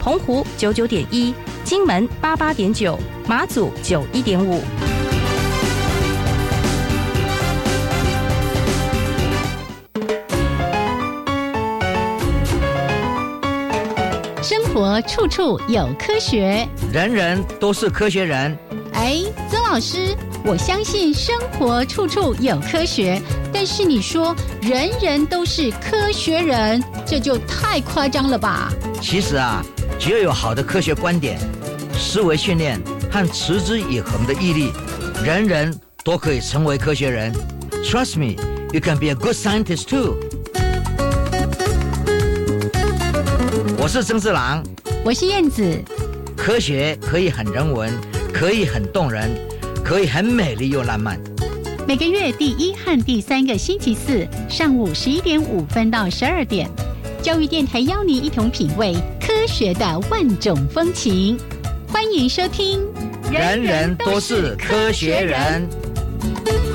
澎湖九九点一，金门八八点九，马祖九一点五。生活处处有科学。人人都是科学人，哎，曾老师，我相信生活处处有科学，但是你说人人都是科学人，这就太夸张了吧？其实啊，只要有好的科学观点、思维训练和持之以恒的毅力，人人都可以成为科学人。Trust me, you can be a good scientist too. 我是曾志郎，我是燕子，科学可以很人文，可以很动人，可以很美丽又浪漫。每个月第一和第三个星期四上午十一点五分到十二点，教育电台邀你一同品味科学的万种风情。欢迎收听，人人都是科学人。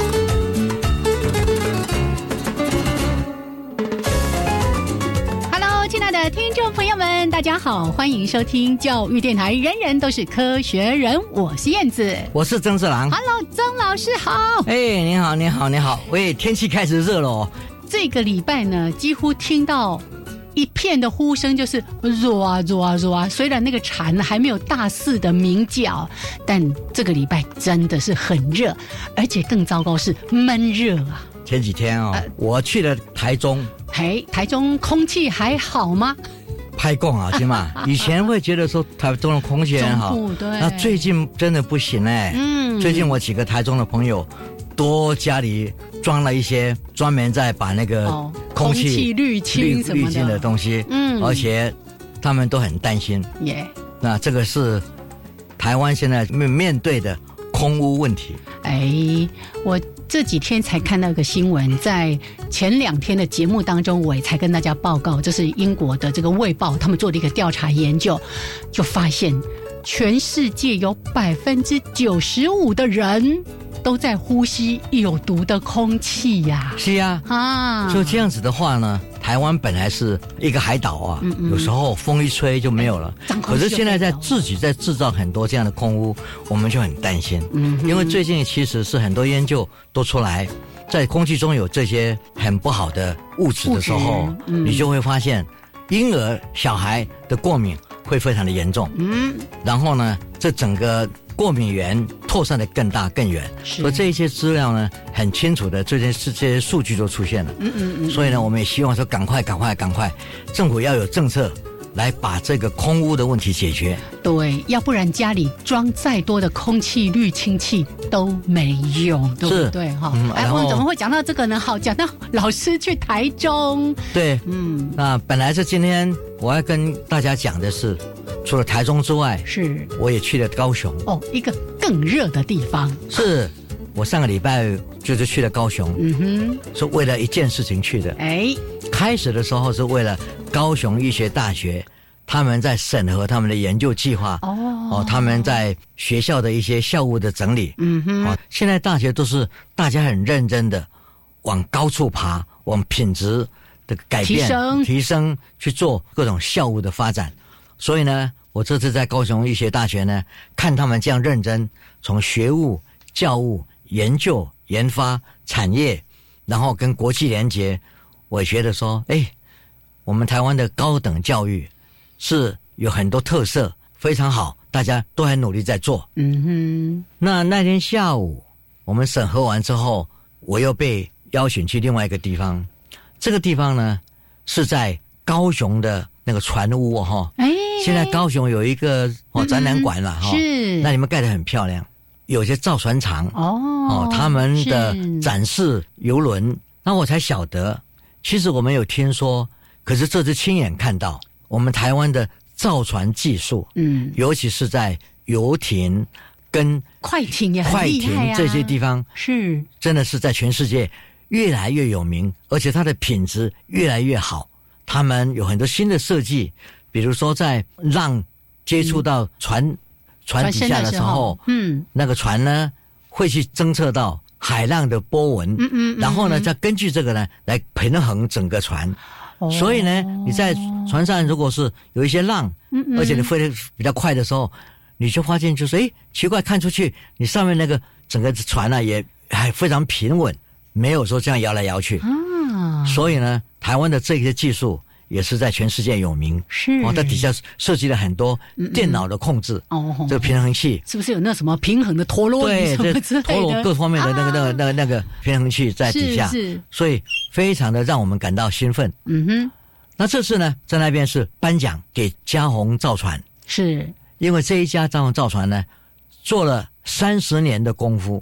Hello，亲爱的听众朋友们，大家好，欢迎收听教育电台《人人都是科学人》，我是燕子。我是曾志郎。 Hello，曾老师好。哎，你好，你好，你好！喂，天气开始热了哦。这个礼拜呢，几乎听到一片的呼声，就是热啊热啊热啊。虽然那个蝉还没有大肆的鸣叫，但这个礼拜真的是很热，而且更糟糕是闷热啊。前几天哦，呃我去了台中嘿，台中空气还好吗？拍供啊，行 吗？以前会觉得说台中的空气很好中部，对那最近真的不行哎、嗯最近我几个台中的朋友，都家里装了一些专门在把那个哦空空气气滤清什么滤清的的东西，嗯而且他们都很担心。耶、那这个是台湾现在面面对的空污问题。哎，我这几天才看到一个新闻，在前两天的节目当中，我也才跟大家报告，这是英国的这个《卫报》他们做的一个调查研究，就发现全世界有百分之九十五的人都在呼吸有毒的空气呀、是呀、啊！就这样子的话呢，台湾本来是一个海岛啊，嗯嗯嗯有时候风一吹就没有了。掌控可是就现在飞在走自己在制造很多这样的空屋，我们就很担心。嗯哼因为最近其实是很多研究都出来，在空气中有这些很不好的物质的时候物质，嗯你就会发现婴儿、小孩的过敏会非常的严重。嗯，然后呢，这整个过敏源扩散的更大更远。是所以这一些资料呢，很清楚的，这些这些数据都出现了。嗯嗯嗯。所以呢，我们也希望说，赶快赶快赶快，政府要有政策来把这个空污的问题解决。对，要不然家里装再多的空气滤清器都没用，对不是对？哈、嗯哎，然我后们怎么会讲到这个呢？好，讲到老师去台中，对，嗯，那本来是今天我要跟大家讲的是，除了台中之外，是我也去了高雄。哦，一个更热的地方，是我上个礼拜就是去了高雄，嗯是为了一件事情去的哼，。哎，开始的时候是为了高雄医学大学，他们在审核他们的研究计划哦他们在学校的一些校务的整理，嗯哼，哦，现在大学都是大家很认真的往高处爬，往品质的改变、提升提升去做各种校务的发展。所以呢，我这次在高雄医学大学呢，看他们这样认真，从学务、教务、研究、研发、产业，然后跟国际连接，我觉得说，哎，我们台湾的高等教育是有很多特色，非常好，大家都很努力在做。嗯那那天下午我们审核完之后，我又被邀请去另外一个地方。这个地方呢是在高雄的那个船屋哦哈、哼，哎，现在高雄有一个哦展览馆了哈、嗯是那里面盖得很漂亮，有些造船厂哦他们的是展示游轮，那我才晓得，其实我们有听说，可是这次亲眼看到我们台湾的造船技术，嗯，尤其是在游艇跟快艇也很快厉艇害啊，这些地方，是真的是在全世界越来越有名，而且它的品质越来越好。他们有很多新的设计，比如说在浪接触到船、船底嗯身下的时候，嗯那个船呢会去侦测到海浪的波纹，嗯嗯，嗯然后呢嗯再根据这个呢来平衡整个船。哦所以呢，你在船上如果是有一些浪，嗯嗯而且你飞得比较快的时候，你就发现就是哎，诶奇怪，看出去你上面那个整个船呢、也还非常平稳，没有说这样摇来摇去。啊所以呢，台湾的这些技术也是在全世界有名。是哦，在底下设计了很多电脑的控制，哦这个平衡器。是不是有那什么平衡的陀螺仪对，什么这之类的？陀螺各方面的那个、那个、那个、那个平衡器在底下，是是，所以非常的让我们感到兴奋。嗯哼，那这次呢，在那边是颁奖给嘉宏造船，是因为这一家嘉宏造船呢，做了三十年的功夫，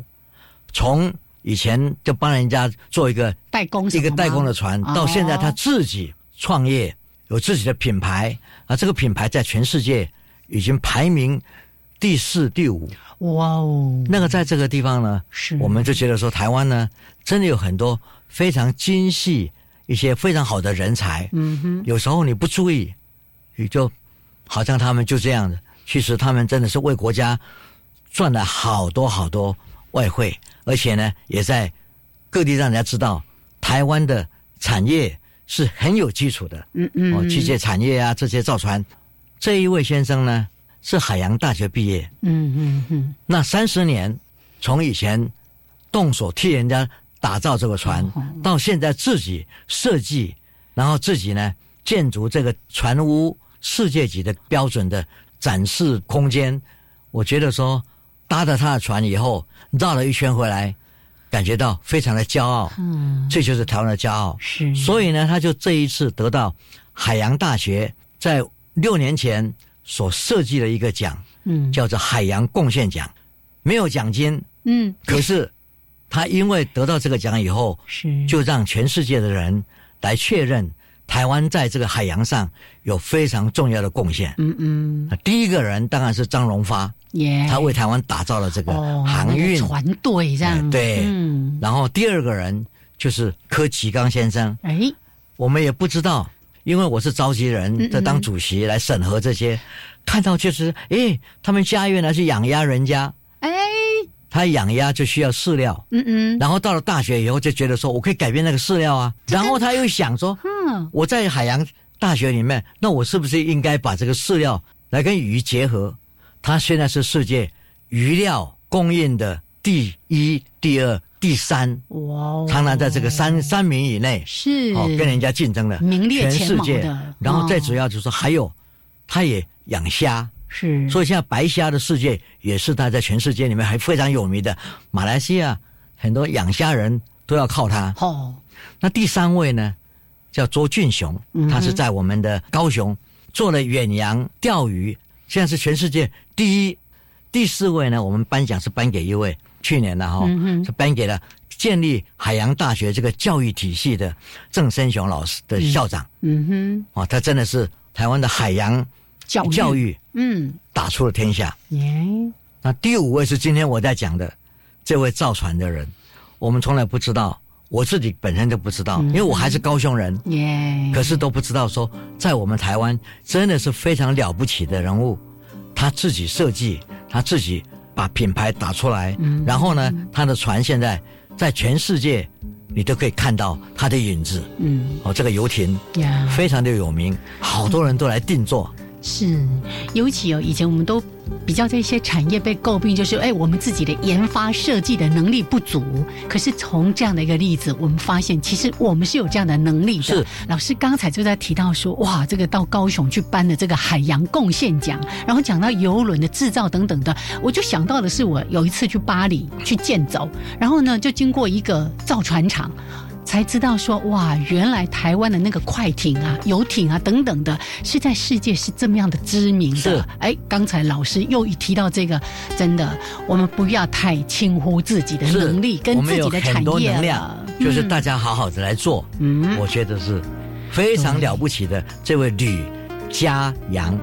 从以前就帮人家做一个代工什一么吗个代工的船，哦到现在他自己创业，有自己的品牌啊，这个品牌在全世界已经排名第四、第五。哇哦，那个在这个地方呢，是我们就觉得说，台湾呢，真的有很多非常精细、一些非常好的人才。嗯哼有时候你不注意，你就好像他们就这样的。其实他们真的是为国家赚了好多好多外汇，而且呢，也在各地让人家知道台湾的产业是很有基础的。嗯嗯哦，机械产业啊，这些造船。这一位先生呢，是海洋大学毕业，嗯嗯嗯那三十年，从以前动手替人家打造这个船，到现在自己设计，然后自己呢建筑这个船屋，世界级的标准的展示空间。我觉得说搭着他的船以后，绕了一圈回来，感觉到非常的骄傲，嗯这就是台湾的骄傲。是，所以呢，他就这一次得到海洋大学在六年前所设计的一个奖。嗯叫做海洋贡献奖，没有奖 金，嗯可是他因为得到这个奖以后，是就让全世界的人来确认台湾在这个海洋上有非常重要的贡献。嗯嗯啊第一个人当然是张荣发，耶，他为台湾打造了这个哎哦航那个运。船队这样哎对嗯然后第二个人就是柯其刚先生，哎我们也不知道，因为我是召集嗯人，嗯在当主席来审核这些，看到就是诶，他们家园来去养鸭人家，哎他养鸭就需要饲料。嗯嗯然后到了大学以后，就觉得说我可以改变那个饲料啊。然后他又想说， 嗯我在海洋大学里面，那我是不是应该把这个饲料来跟鱼结合？它现在是世界鱼料供应的第一、第二、第三，哇哦，常常在这个三三名以内，是哦，跟人家竞争的，名列全前世茅界的。然后再哦主要就是说还有，他也养虾，是所以现在白虾的世界也是它在全世界里面还非常有名的。马来西亚很多养虾人都要靠它。哦那第三位呢，叫周俊雄嗯，哼他是在我们的高雄做了远洋钓鱼，现在是全世界第一。第四位呢，我们颁奖是颁给一位去年的哈、嗯哼是颁给了建立海洋大学这个教育体系的郑生雄老师的校长嗯哼哦，他真的是台湾的海洋教育教育嗯打出了天下。耶那第五位是今天我在讲的这位造船的人，我们从来不知道，我自己本身就不知嗯道，因为我还是高雄人，耶可是都不知道说，在我们台湾真的是非常了不起的人物，他自己设计，他自己把品牌打出来，嗯然后呢，他的船现在在全世界你都可以看到他的影子。嗯哦，这个游艇呀非常的有名，好多人都来定做。是，尤其哦，以前我们都比较这些产业被诟病，就是哎，我们自己的研发设计的能力不足。可是从这样的一个例子，我们发现其实我们是有这样的能力的。是，老师刚才就在提到说，哇，这个到高雄去颁的这个海洋贡献奖，然后讲到游轮的制造等等的，我就想到的是，我有一次去巴黎去健走，然后呢，就经过一个造船厂。才知道说哇，原来台湾的那个快艇啊、游艇啊等等的，是在世界是这么样的知名的是。哎，刚才老师又一提到这个，真的，我们不要太轻忽自己的是能力跟我们自己有的很产多业能了量，。就是哎大家好好的来做，嗯我觉得是非常了不起的。这位吕家阳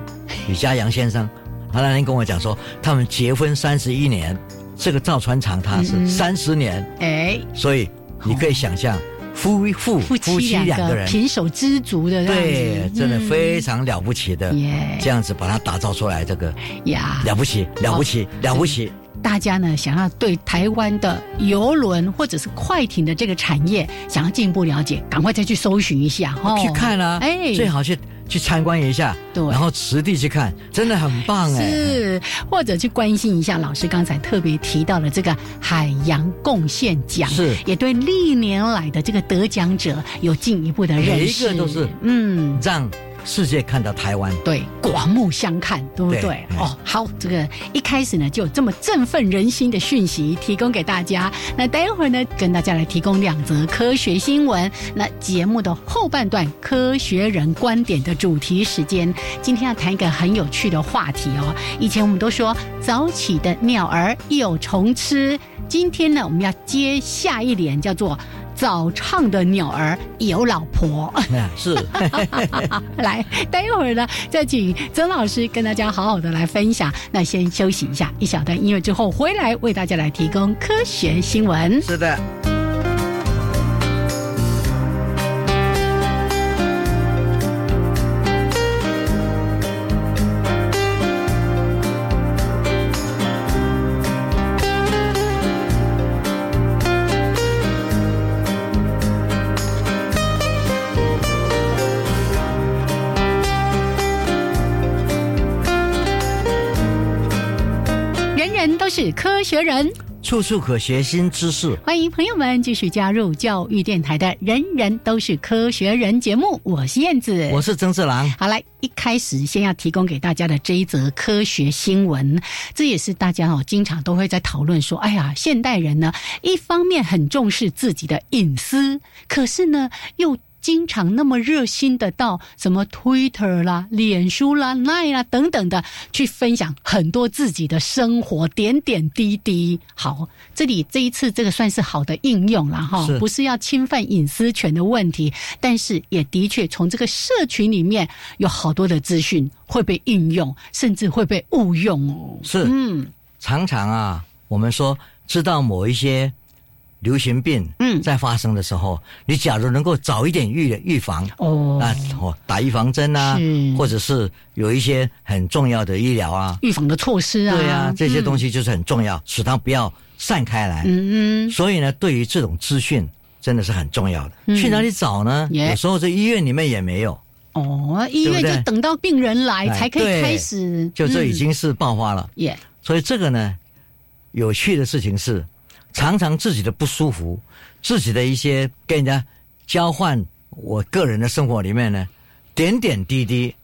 许家扬先生，他那天跟我讲说，他们结婚三十一年，这个造船厂它是嗯三十年，哎，所以你可以想象夫妇夫妻两个个人，啊平手知足的这样对子，，真的嗯非常了不起的，耶这样子把它打造出来，这个呀。了不起，了不起，了不起。大家呢想要对台湾的游轮或者是快艇的这个产业想要进一步了解，赶快再去搜寻一下哦，去看啊，哎最好去去参观一下，对然后实地去看，真的很棒哎。是，或者去关心一下老师刚才特别提到的这个海洋贡献奖，是也对历年来的这个得奖者有进一步的认识。每一个都是嗯，让世界看到台湾。对，刮目相看，对不对？对嗯哦，好，这个一开始呢就有这么振奋人心的讯息提供给大家。那待会儿呢，跟大家来提供两则科学新闻。那节目的后半段，科学人观点的主题时间，今天要谈一个很有趣的话题哦。以前我们都说早起的鸟儿有虫吃，今天呢，我们要接下一联，叫做早唱的鸟儿有老婆。嗯，是 来，待一会儿呢，再请曾老师跟大家好好的来分享。那先休息一下，一小段音乐之后回来为大家来提供科学新闻。是的，人人都是科学人，处处可学新知识。欢迎朋友们继续加入教育电台的《人人都是科学人》节目，我是燕子，我是曾志郎，好，来一开始先要提供给大家的这一则科学新闻，这也是大家哦经常都会在讨论说，哎呀，现代人呢，一方面很重视自己的隐私，可是呢又。经常那么热心的到什么 Twitter 啦、脸书啦、Line 啦等等的去分享很多自己的生活点点滴滴。好，这里这一次这个算是好的应用啦，哈，是不是要侵犯隐私权的问题，但是也的确从这个社群里面有好多的资讯会被应用，甚至会被误用哦。是嗯常常啊，我们说知道某一些流行病嗯在发生的时候，你假如能够早一点预预防。哦，那哦，打预防针啊是，或者是有一些很重要的医疗啊，预防的措施啊，对啊，这些东西，西就是很重要，使它不要散开来。嗯嗯，所以呢，对于这种资讯真的是很重要的。嗯去哪里找呢？耶有时候这医院里面也没有，哦，医对院不对就等到病人来哎才可以对开始，就这已嗯经是爆发了。也所以这个呢，有趣的事情是，常常自己的不舒服，自己的一些跟人家交换，我个人的生活里面呢，点点滴滴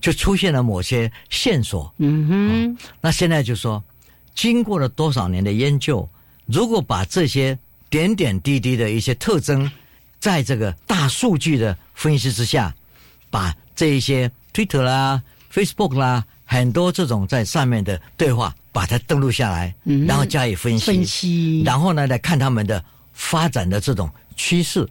就出现了某些线索。嗯哼，那现在就说，经过了多少年的研究，如果把这些点点滴滴的一些特征，在这个大数据的分析之下，把这一些 Twitter 啦、Facebook 啦，很多这种在上面的对话，把它登录下来，嗯然后加以分析，分析，然后呢来看他们的发展的这种趋势，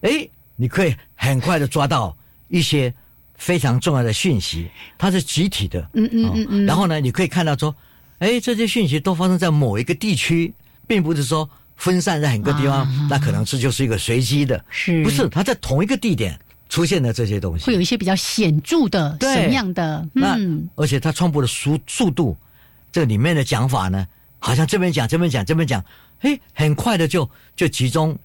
诶，你可以很快的抓到一些非常重要的讯息，它是集体的，嗯嗯嗯嗯哦然后呢，你可以看到说，诶，这些讯息都发生在某一个地区，并不是说分散在很多地方，啊那可能这就是一个随机的，是不是？它在同一个地点出现的这些东西，嗯会有一嗯些比较显著的对什么样的，那嗯，而且他传播的速速度，这里面的讲法呢，好像这边讲这边讲这边讲，嘿，很快的就就集中。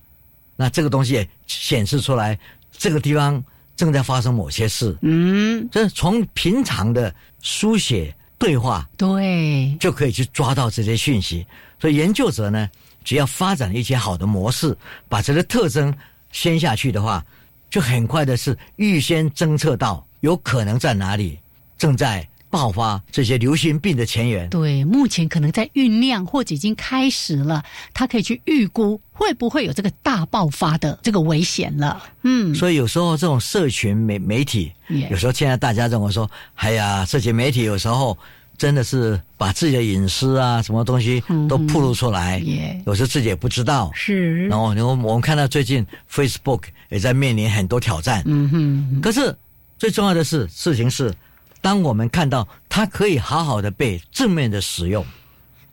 那这个东西也显示出来，这个地方正在发生某些事。嗯，这从平常的书写对话对，就可以去抓到这些讯息。所以研究者呢，只要发展一些好的模式，把这个特征先下去的话，就很快的是预先侦测到有可能在哪里正在爆发这些流行病的前沿。对，目前可能在酝酿或者已经开始了，他可以去预估会不会有这个大爆发的这个危险了。嗯，所以有时候这种社群媒媒体 Yeah 有时候现在大家认为说，哎呀，社群媒体有时候真的是把自己的隐私啊，什么东西都暴露出来，嗯也有时候自己也不知道。嗯是然，后，然后我们看到最近 Facebook 也在面临很多挑战。嗯嗯哼，可是最重要的是，事情是当我们看到它可以好好的被正面的使用，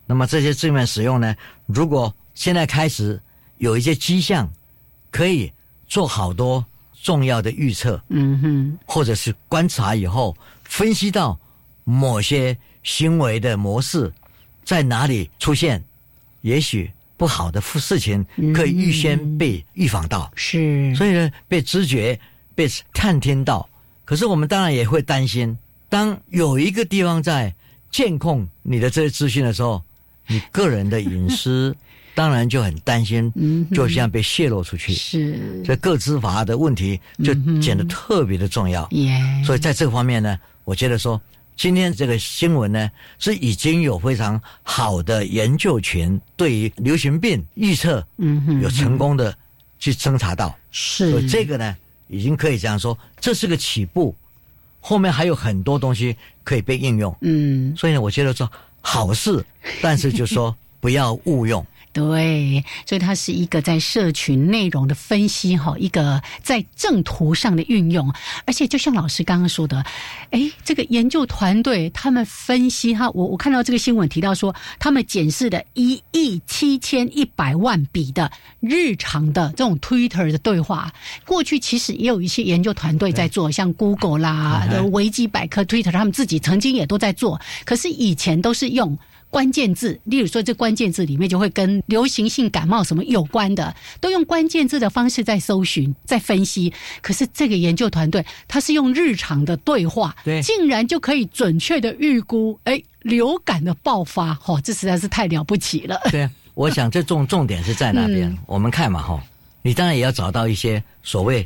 那么这些正面使用呢，如果现在开始有一些迹象，可以做好多重要的预测，嗯哼，或者是观察以后分析到某些行为的模式在哪里出现，也许不好的事情嗯可以预先被预防到，是，所以呢，被知觉、被探听到。可是我们当然也会担心，当有一个地方在监控你的这些资讯的时候，你个人的隐私当然就很担心，嗯哼就像被泄露出去。是嗯所以个资法的问题就显得特别的重要。耶，所以在这方面呢，我觉得说，今天这个新闻呢，是已经有非常好的研究群对于流行病预测嗯哼，有成功的去侦查到。所以是这个呢，已经可以这样说，这是个起步，后面还有很多东西可以被应用。嗯，所以呢，我觉得说好事，但是就说不要误用。对，所以它是一个在社群内容的分析哈，一个在正途上的运用，而且就像老师刚刚说的，哎，这个研究团队他们分析哈，我我看到这个新闻提到说，他们检视的一亿七千一百万笔的日常的这种 Twitter 的对话，过去其实也有一些研究团队在做，像 Google 啦、嗯维基百科、Twitter，他们自己曾经也都在做，可是以前都是用。关键字，例如说这关键字里面就会跟流行性感冒什么有关的，都用关键字的方式在搜寻、在分析。可是这个研究团队，他是用日常的对话，对竟然就可以准确的预估，哎，流感的爆发，哦，这实在是太了不起 了。 对啊，我想这重重点是在那边。嗯我们看嘛，哈，你当然也要找到一些所谓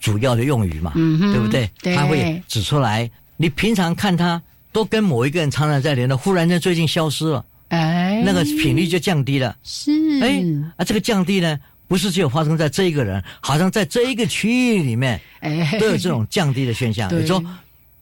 主要的用语嘛，嗯哼对不对？对他会指出来，你平常看他都跟某一个人常常在联络，忽然间最近消失了，哎，那个频率就降低了。是，哎、啊，这个降低呢，不是只有发生在这一个人，好像在这一个区域里 面哎，都有这种降低的现象。对呃你说，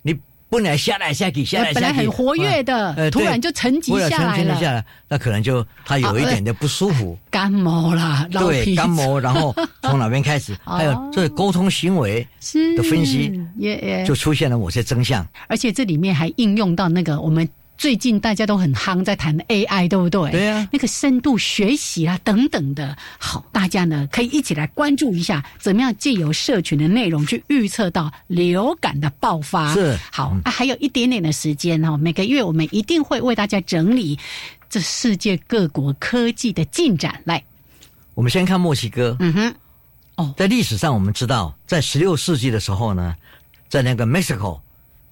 你本来下来下去下来本来下去，很活跃的，呃突对然就沉寂为了下来沉淀了，下来，那可能就他有一点的不舒服，感冒啦，老对，皮干毛，然后从哪边开始， 哦还有这个沟通行为是的分析，也也就出现了某些真相。而且这里面还应用到那个我们最近大家都很夯在谈的 AI，对不对？对啊那个深度学习啊等等的，好，大家呢可以一起来关注一下，怎么样借由社群的内容去预测到流感的爆发。是好、啊，还有一点点的时间哈、哦，每个月我们一定会为大家整理这世界各国科技的进展。来，我们先看墨西哥，嗯哼，在历史上我们知道，在十六世纪的时候呢，在那个 Mexico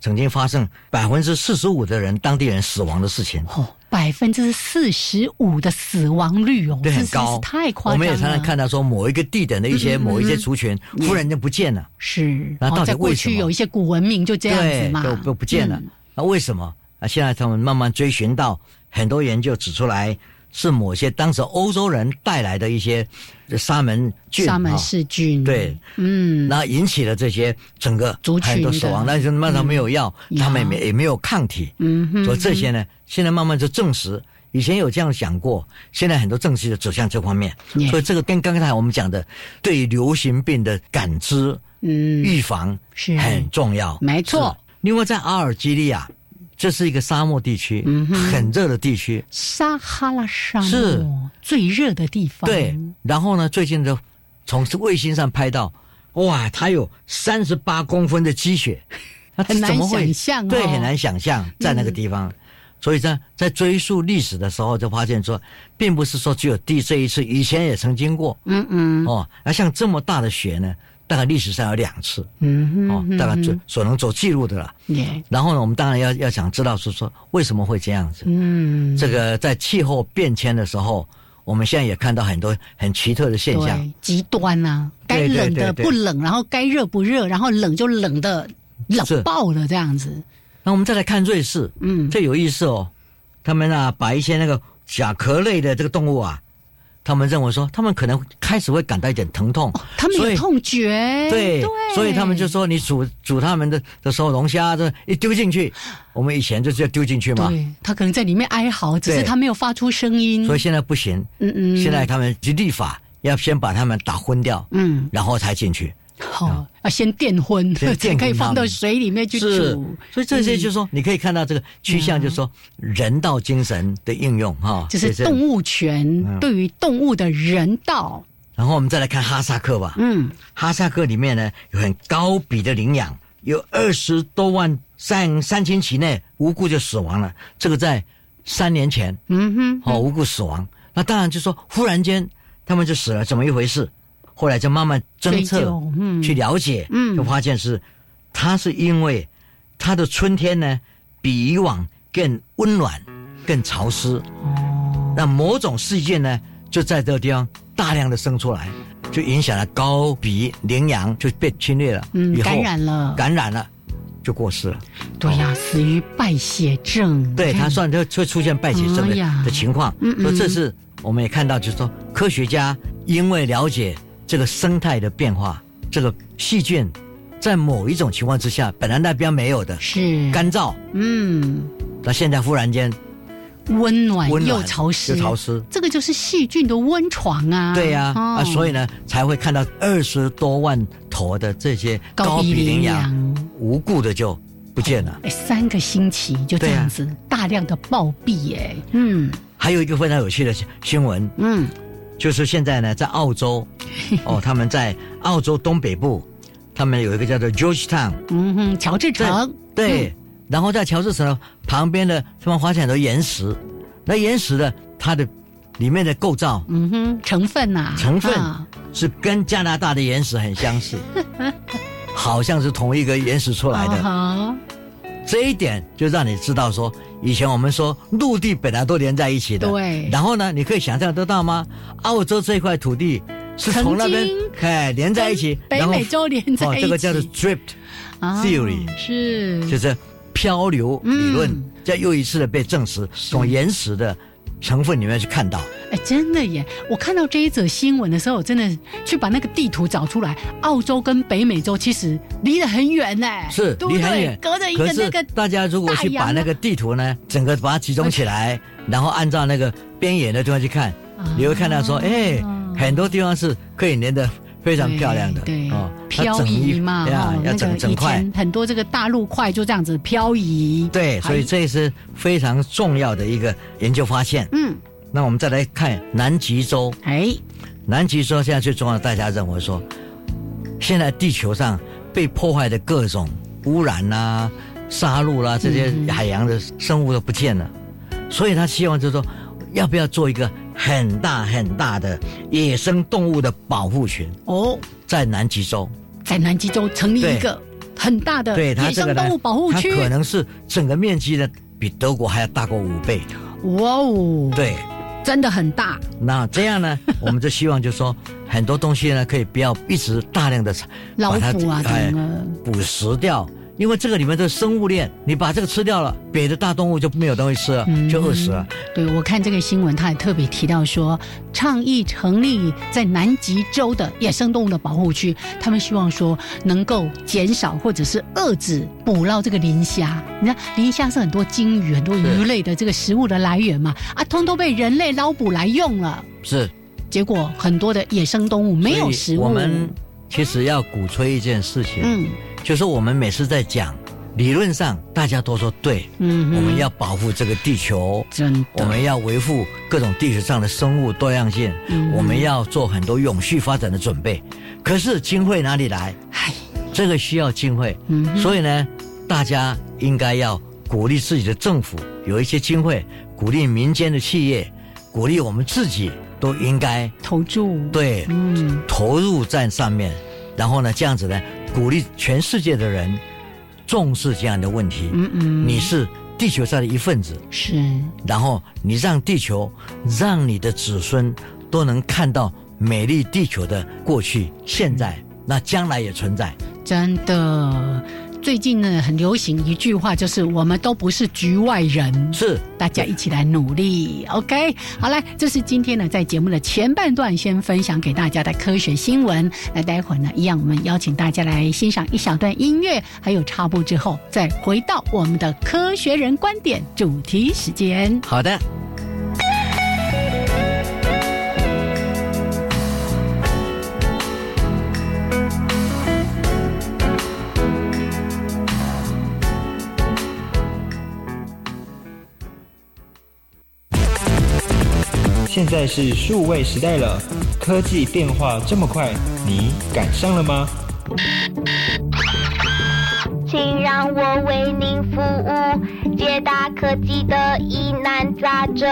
曾经发生百分之四十五的人当地人死亡的事情。哦，百分之四十五的死亡率哦，对，这很是高，太夸张了。嗯我们也常常看到说，某一个地点的一些某一些族群忽然间不见了，是，那哦到底在过为什去么有一些古文明就这样子对，嘛，都不不见了嗯。那为什么？啊，现在他们慢慢追寻到，很多研究指出来是某些当时欧洲人带来的一些沙门菌，沙门哈氏菌，对，嗯，那引起了这些整个族群很多的死亡，但是慢慢没有药，嗯他们也呀没也没有抗体，嗯哼，所以这些呢，现在慢慢就证实。以前有这样讲过，现在很多证据就走向这方面 Yeah 所以这个跟刚才我们讲的对流行病的感知、嗯，预防是很重要，没错是。另外，在阿尔及利亚，这是一个沙漠地区，嗯哼很热的地区，撒哈拉沙漠是最热的地方，对，。然后呢，最近就从卫星上拍到，哇，它有三十八公分的积雪，那 很难怎么会想象哦嗯对，很难想象在那个地方。所以在在追溯历史的时候，就发现说，并不是说只有第这一次，以前也曾经过、嗯嗯哦。那像这么大的雪呢，大概历史上有两次嗯哼，哦，大概所所能做记录的了。也然后呢，我们当然要要想知道是说为什么会这样子。嗯，这个在气候变迁的时候，我们现在也看到很多很奇特的现象。对极端啊，对该对冷的对对不冷，然后该热不热，然后冷就冷的冷是爆了这样子，那我们再来看瑞士，嗯，这有意思哦。他们啊，把一些那个甲壳类的这个动物啊，他们认为说，他们可能开始会感到一点疼痛，哦他们所有以痛觉，对，哎对，所以他们就说，你煮煮他们的的时候，龙虾这一丢进去，啊我们以前就是要丢进去嘛，对，他可能在里面哀嚎，只是对他没有发出声音，所以现在不行，嗯嗯，现在他们就立法要先把他们打昏掉，嗯然后才进去，好，要先电昏，先 才电可以昏放它到们水里面去是煮。，嗯所以这些就是说，你可以看到这个趋向，就是说人道精神的应用哈，就是这动物嗯权对于动物的人道，然后我们再来看哈萨克吧，嗯，哈萨克里面呢有很高比的领养，有二十多万三三千起内无故就死亡了，这个在三年前嗯哼，哦无故死亡，那当然就说忽然间他们就死了，怎么一回事？后来就慢慢侦追测究嗯去了解，嗯就发现是它是因为它的春天呢比以往更温暖、更潮湿，哦那某种事件呢，就在这个地方大量的生出来，就影响了高鼻羚羊就被侵略了，嗯以后感染了感染了就过世了。对呀，死于败血症，对，你看它算就会出现败血症哎的、呀的情况。嗯嗯所以这是我们也看到，就是说科学家因为了解这个生态的变化，这个细菌在某一种情况之下，本来那边没有的是，干燥，嗯，那现在忽然间温暖温暖哎又潮湿，又潮湿，这个就是细菌的温床啊，对呀、啊，哦所以呢才会看到二十多万头的这些高高鼻鼻羚羚羊羊。无故的就不见了。哎，三个星期就这样子，大量的暴毙，哎，嗯还有一个非常有趣的新闻，嗯，就是现在呢在澳 洲，哦，他们在澳洲东北部，他们有一个叫做 Georgetown，嗯哼，乔治城，嗯对，然后在乔治城旁边的他们发现很多岩石，那岩石呢它的里面的构造嗯哼，成分呐、啊，成分啊是跟加拿大的岩石很相 似，好像是同一个岩石出来的。啊哈这一点就让你知道说，以前我们说陆地本来都连在一起的，对然后呢，你可以想象得到吗？澳洲这块土地是从那边曾经哎连在一起，跟北然后美洲连在一哦起，这个叫做 drift，、啊 theory 是，就是漂流理论，嗯这又一次的被证实，从岩石的成分里面去看到，哎，真的耶！我看到这一则新闻的时候，我真的去把那个地图找出来。澳洲跟北美洲其实离得很远呢，是对不离对很远，隔着一可个是哎那个大家如果去把那个地图呢，整个把它集中起来，然后按照那个边沿的地方去看，啊你会看到说，哎、很多地方是可以连的非常漂亮的，哦对，对它漂整一移嘛，对啊哦，要那个整整以块前，很多这个大陆块就这样子漂移，对，所以哎这是非常重要的一个研究发现。嗯，那我们再来看南极洲，哎，南极洲现在最重要，大家认为说，现在地球上被破坏的各种污染啦、杀戮啦、这嗯些海洋的生物都不见了，所以他希望就是说，要不要做一个很大很大的野生动物的保护群，哦，在南极洲？在南极洲成立对一个很大的对它呃野这个生呢动物保护区它，可能是整个面积呢比德国还要大过五倍。哇哦，对，真的很大，那这样 呢，我们就希望就说很多东西呢可以不要一直大量的老虎啊，哎整个捕食掉。因为这个里面的生物链，你把这个吃掉了，别的大动物就没有东西吃了，嗯就饿死了。对，我看这个新闻，他也特别提到说，倡议成立在南极洲的野生动物的保护区，他们希望说能够减少或者是遏制捕捞这个磷虾。你看，磷虾是很多鲸鱼、很多鱼类的这个食物的来源嘛，啊，通通被人类捞捕来用了，是结果很多的野生动物没有食所物。以我们其实要鼓吹一件事情，嗯就是我们每次在讲，理论上大家都说对，嗯哼，我们要保护这个地球，真的我们要维护各种地球上的生物多样性，嗯我们要做很多永续发展的准备。可是经费哪里来？哎这个需要经费，嗯哼所以呢，大家应该要鼓励自己的政府有一些经费，鼓励民间的企业，鼓励我们自己都应该投注对嗯投入在上面，然后呢，这样子呢，鼓励全世界的人重视这样的问题。嗯嗯，你是地球上的一份子，是然后你让地球，让你的子孙都能看到美丽地球的过去、现在，那将来也存在。真的，最近呢很流行一句话，就是我们都不是局外人，是，大家一起来努力。OK，好来，这是今天呢在节目的前半段先分享给大家的科学新闻。那待会儿呢，一样我们邀请大家来欣赏一小段音乐，还有插播之后，再回到我们的科学人观点主题时间。好的。 Thank 现在是数位时代了，科技变化这么快，你赶上了吗？请让我为您服务，解答科技的疑难杂症。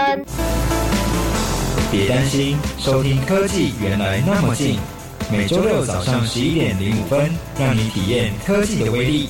别担心，收听科技原来那么近，每周六早上十一点零五分，让你体验科技的威力。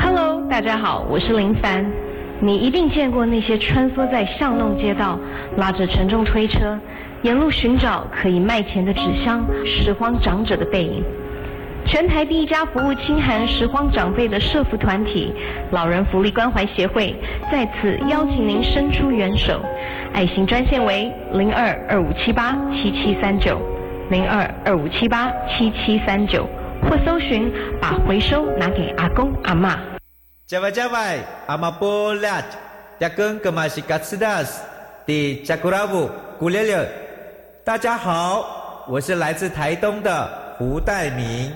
Hello，大家好，我是林凡。你一定见过那些穿梭在巷弄街道、拉着沉重推车，沿路寻找可以卖钱的纸箱、拾荒长者的背影。全台第一家服务清寒拾荒长辈的社服团体——老人福利关怀协会，在此邀请您伸出援手。爱心专线为零二二五七八七七三九零二二五七八七七三九，或搜寻“把回收拿给阿公阿妈”。 Java Java, amapolat, yakun kamashikatsidas, di jakurabu gulele。大家好，我是来自台东的胡代明，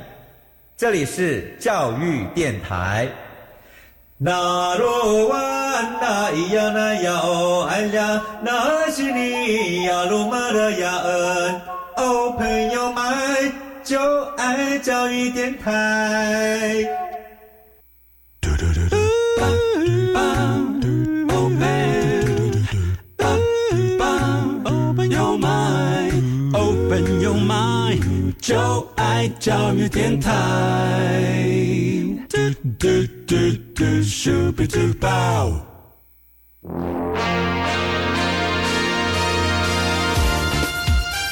这里是教育电台。那罗哇那咿呀那呀哦哎呀，那是你呀鲁玛的呀恩哦，朋友们就爱教育电台。Open your mind, open your mind，就爱教育电台。嘟嘟嘟嘟，Super Duper。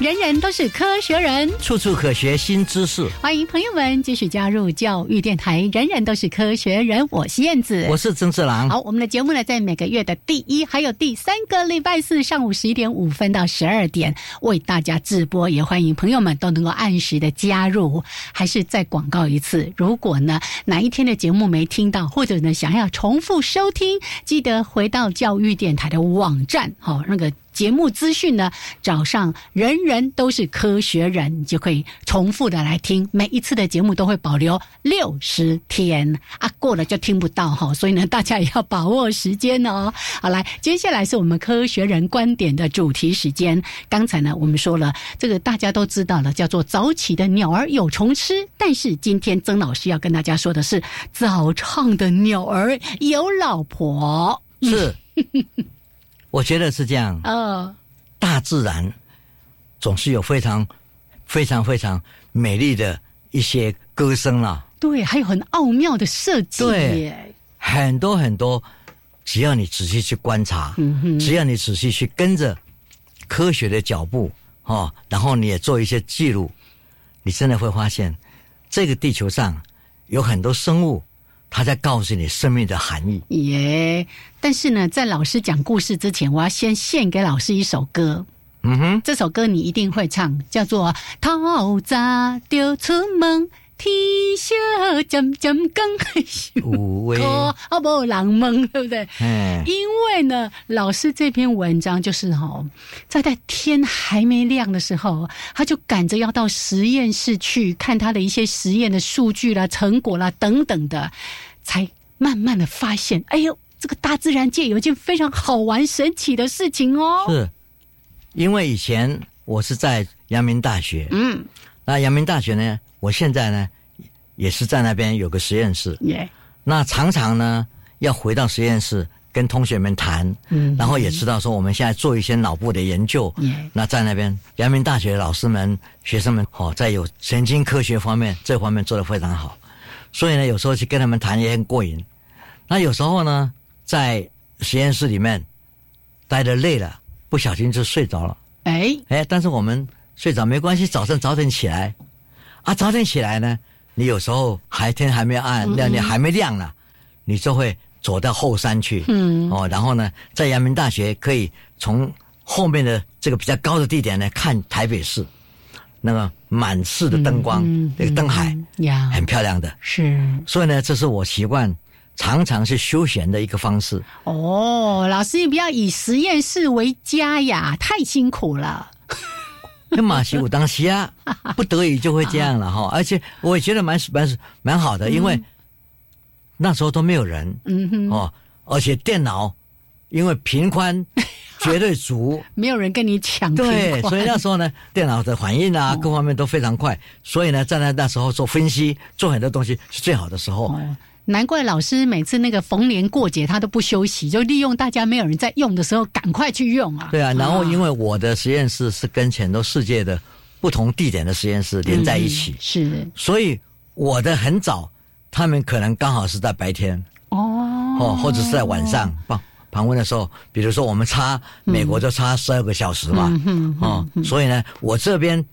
人人都是科学人。处处可学新知识。欢迎朋友们继续加入教育电台，人人都是科学人，我是燕子，我是曾志郎。好，我们的节目呢，在每个月的第一还有第三个礼拜四上午十一点五分到十二点为大家直播，也欢迎朋友们都能够按时的加入。还是再广告一次，如果呢哪一天的节目没听到，或者呢想要重复收听，记得回到教育电台的网站，好、那个。节目资讯呢，找上人人都是科学人，你就可以重复的来听。每一次的节目都会保留六十天啊，过了就听不到哈、所以呢，大家也要把握时间哦。好，来，接下来是我们科学人观点的主题时间。刚才呢，我们说了这个大家都知道了，叫做早起的鸟儿有虫吃。但是今天曾老师要跟大家说的是，早唱的鸟儿有老婆。是，我觉得是这样。呃，大自然总是有非常、非常、非常美丽的一些歌声啦、对，还有很奥妙的设计对耶。很多很多，只要你仔细去观察，只要你仔细去跟着科学的脚步哦，然后你也做一些记录，你真的会发现，这个地球上有很多生物，它在告诉你生命的含义。耶但是呢，在老师讲故事之前，我要先献给老师一首歌。嗯哼，这首歌你一定会唱，叫做《透早就出门》。天色渐渐光，五位，可啊无人问，对不对？哎，因为呢，老师这篇文章就是哦，在在天还没亮的时候，他就赶着要到实验室去看他的一些实验的数据啦、成果啦等等的，才慢慢的发现，哎呦，这个大自然界有一件非常好玩、神奇的事情哦。是因为以前我是在阳明大学，嗯，那阳明大学呢，我现在呢也是在那边有个实验室，耶，那常常呢要回到实验室跟同学们谈，嗯然后也知道说我们现在做一些脑部的研究。嗯那在那边，阳明大学的老师们、学生们，哦，在有神经科学方面这方面做得非常好，所以呢，有时候去跟他们谈也很过瘾。那有时候呢，在实验室里面，待得累了，不小心就睡着了。哎，哎，但是我们睡着没关系，早上早点起来，啊，早点起来呢，你有时候还天还没嗯暗，亮亮还没亮呢，你就会走到后山去，嗯哦，然后呢，在阳明大学可以从后面的这个比较高的地点呢看台北市，那个满市的灯光，嗯那个灯海、嗯呀，很漂亮的，是所以呢，这是我习惯常常是休闲的一个方式。哦，老师，你不要以实验室为家呀，太辛苦了。 那马西武当西 啊，不得已就会这样了哈。而且我也觉得蛮蛮蛮好的，因为那时候都没有人嗯哼，哦，而且电脑因为频 宽绝对足，没有人跟你抢对平，所以宽嗯那时候呢，电脑的反应啊，各方面都非常快，所以呢，站在那时候做分析，做很多东西是最好的时候。哦，难怪老师每次那个逢年过节他都不休息，就利用大家没有人在用的时候，赶快去用啊。对啊，然后因为我的实验室是跟很多世界的不同地点的实验室连在一起嗯，是所以我的很早，他们可能刚好是在白天。哦哦，或者是在晚嗯上访访问的时候，比如说我们差美国就差十二个小时嘛，嗯哦，所以呢，我这边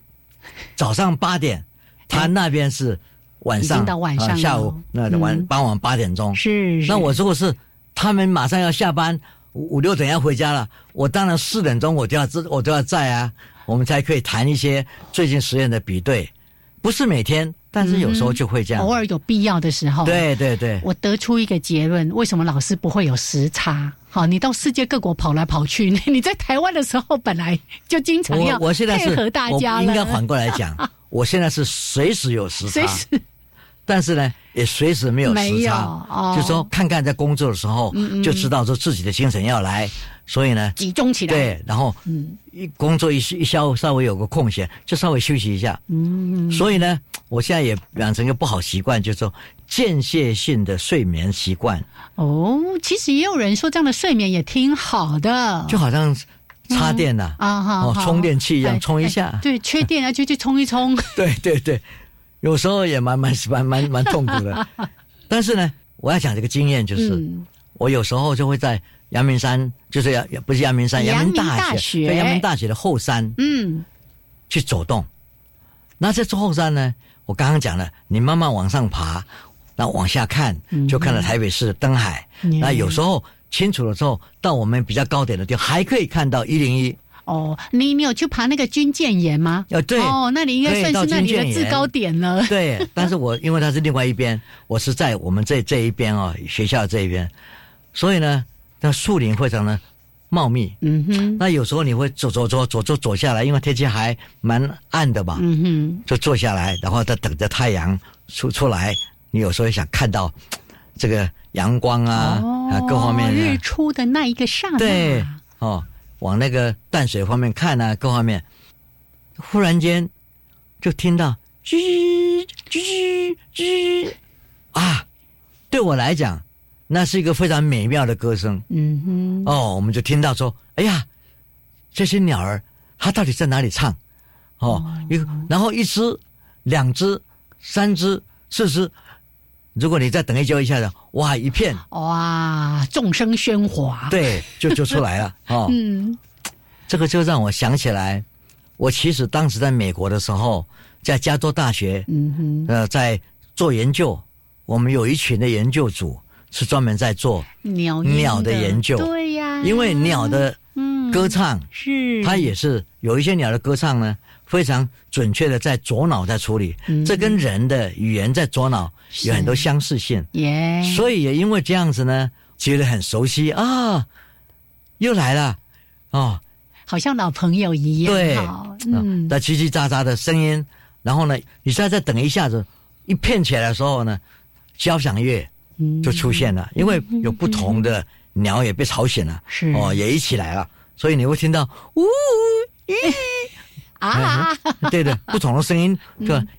早上八点，他那边是晚已上经到晚上呃了下午那晚、嗯傍晚八点钟，是是那我如果是他们马上要下班五五六点要回家了，我当然四点钟我就要知我就要在啊，我们才可以谈一些最近实验的比对，不是每天，但是有时候就会这样，嗯偶尔有必要的时候，，对对对，我得出一个结论：为什么老师不会有时差？好，你到世界各国跑来跑去，你在台湾的时候本来就经常我要我现在是配合大家我应该了，反过来 讲，我现在是随时有时差随，时但是呢，也随时没有没时有差，哦嗯就说看看在工作的时候，就知道说自己的精神要来，所以呢，集中起来。嗯对，然后一工作一一稍稍微有个空闲，就稍微休息一下。嗯，所以呢，我现在也养成一个不好习惯，就是说间歇性的睡眠习惯，哦，其实也有人说这样的睡眠也挺好的，就好像插电呐、啊哈，哦好充电器一样哎充一下哎对，缺电啊就去充一充。对对对，有时候也蛮蛮蛮蛮蛮痛苦 的。但是呢，我要讲这个经验， 就是、嗯我有时候就会在阳明山，就是阳不是阳明山，阳阳明明大大学学，在阳明大学的后山嗯，去走动。那这后山呢，我刚刚讲了，你慢慢往上爬，那往下看，就看到台北市的灯海。嗯那有时候清楚了之后，到我们比较高点的地方，还可以看到一零一。哦，你你有去爬那个军舰岩吗？呃，对，哦，那你应该可以算到是那里军的舰制岩高点了。对，但是我因为它是另外一边，我是在我们这这一边哦，学校这一边，所以呢，那树林非常的茂密。嗯哼，那有时候你会走走走走走走下来，因为天气还蛮暗的嘛，嗯哼，就坐下来，然后再等着太阳出出来。你有时候想看到这个阳光啊，啊各方面哦的日出的那一个刹啊那，对，哦，往那个淡水方面看啊，各方面，忽然间就听到吱吱吱啊，对我来讲，那是一个非常美妙的歌声嗯哼，哦。我们就听到说，哎呀，这些鸟儿它到底在哪里唱？哦，一然后一只、两只、三只、四只，如果你再等一觉一下子，哇，一 片哇，众声喧哗，，对，就就出来了哦。嗯，这个就让我想起来，我其实当时在美国的时候，在加州大学，嗯哼，呃，在做研究，我们有一群的研究组是专门在做，鸟音鸟的研究对呀，因为鸟的嗯歌唱，是它也是有一些鸟的歌唱呢，非常准确的在左脑在处理，嗯这跟人的语言在左脑有很多相似性，耶，所以也因为这样子呢，觉得很熟悉啊，又来了，哦，好像老朋友一样，对好，嗯，嗯，那叽叽喳喳的声音，然后呢，你再再等一下子，一片起来的时候呢，交响乐嗯就出现了，因为有不同的鸟也被吵醒了，是哦，也一起来了，所以你会听 到呜呜啊，咦，对的，不同的声音，嗯对吧？哎，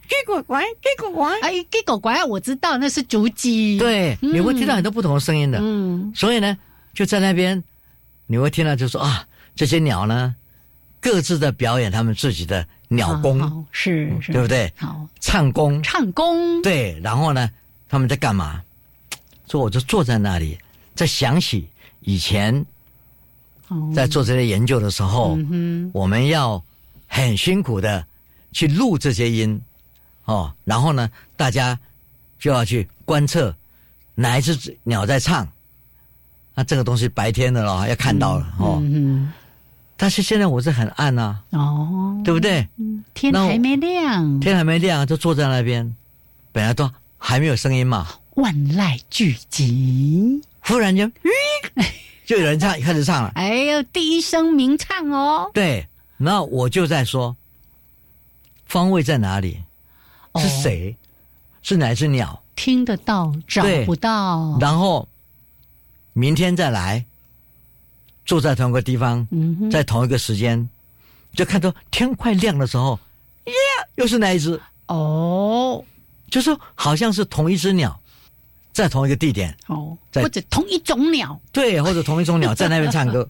给狗拐，我知道那是竹鸡，，对，你会听到很多不同的声音的，嗯，所以呢，就在那边，你会听到就说啊，这些鸟呢，各自的表演他们自己的鸟好功，啊好是嗯是，对不对？好，唱功，唱功，对，然后呢，他们在干嘛？所以我就坐在那里，在想起以前在做这些研究的时候，哦嗯我们要很辛苦的去录这些音，哦，然后呢，大家就要去观测哪一只鸟在唱。那这个东西白天的了，要看到了、哼，哦。嗯但是现在我是很暗啊，哼，哦，对不对？天那我还没亮，天还没亮啊就坐在那边，本来都还没有声音嘛，万籁俱寂。忽然 间，就有人唱开始唱了。哎呦，第一声鸣唱哦，对，然后我就在说，方位在哪里？哦是谁？是哪只鸟？听得到，找对不到。然后明天再来，住在同一个地方，嗯哼，在同一个时间，就看到天快亮的时候，耶，又是那一只，哦就是好像是同一只鸟，在同一个地点，哦，在或者同一种鸟，对，或者同一种鸟在那边 唱歌，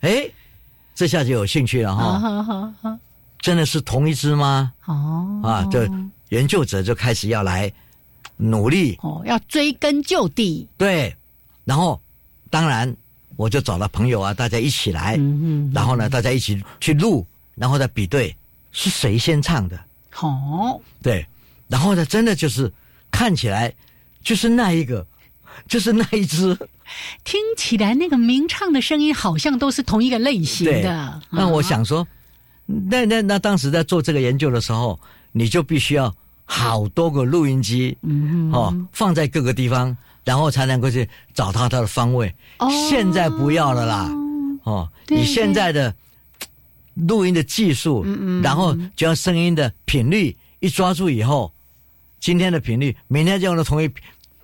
哎，这下就有兴趣了啊哈，哈哈哈，真的是同一只吗？哦啊，就研究者就开始要来努力，哦，要追根究底，对，然后当然我就找了朋友啊，大家一起来，嗯然后呢，大家一起去录，然后再比对是谁先唱的，哼，哦，对，然后呢，真的就是看起来就是那一个，就是那一只，听起来那个鸣唱的声音好像都是同一个类型对的。那我啊想说，那那那当时在做这个研究的时候，你就必须要好多个录音机，嗯哦，放在各个地方，然后才能够去找到它的方位。现在不要了啦，哦，哦对嗯以现在的嘖录音的技术，然后只要声音的频率一抓住以后，今天的频率，明天就用了同一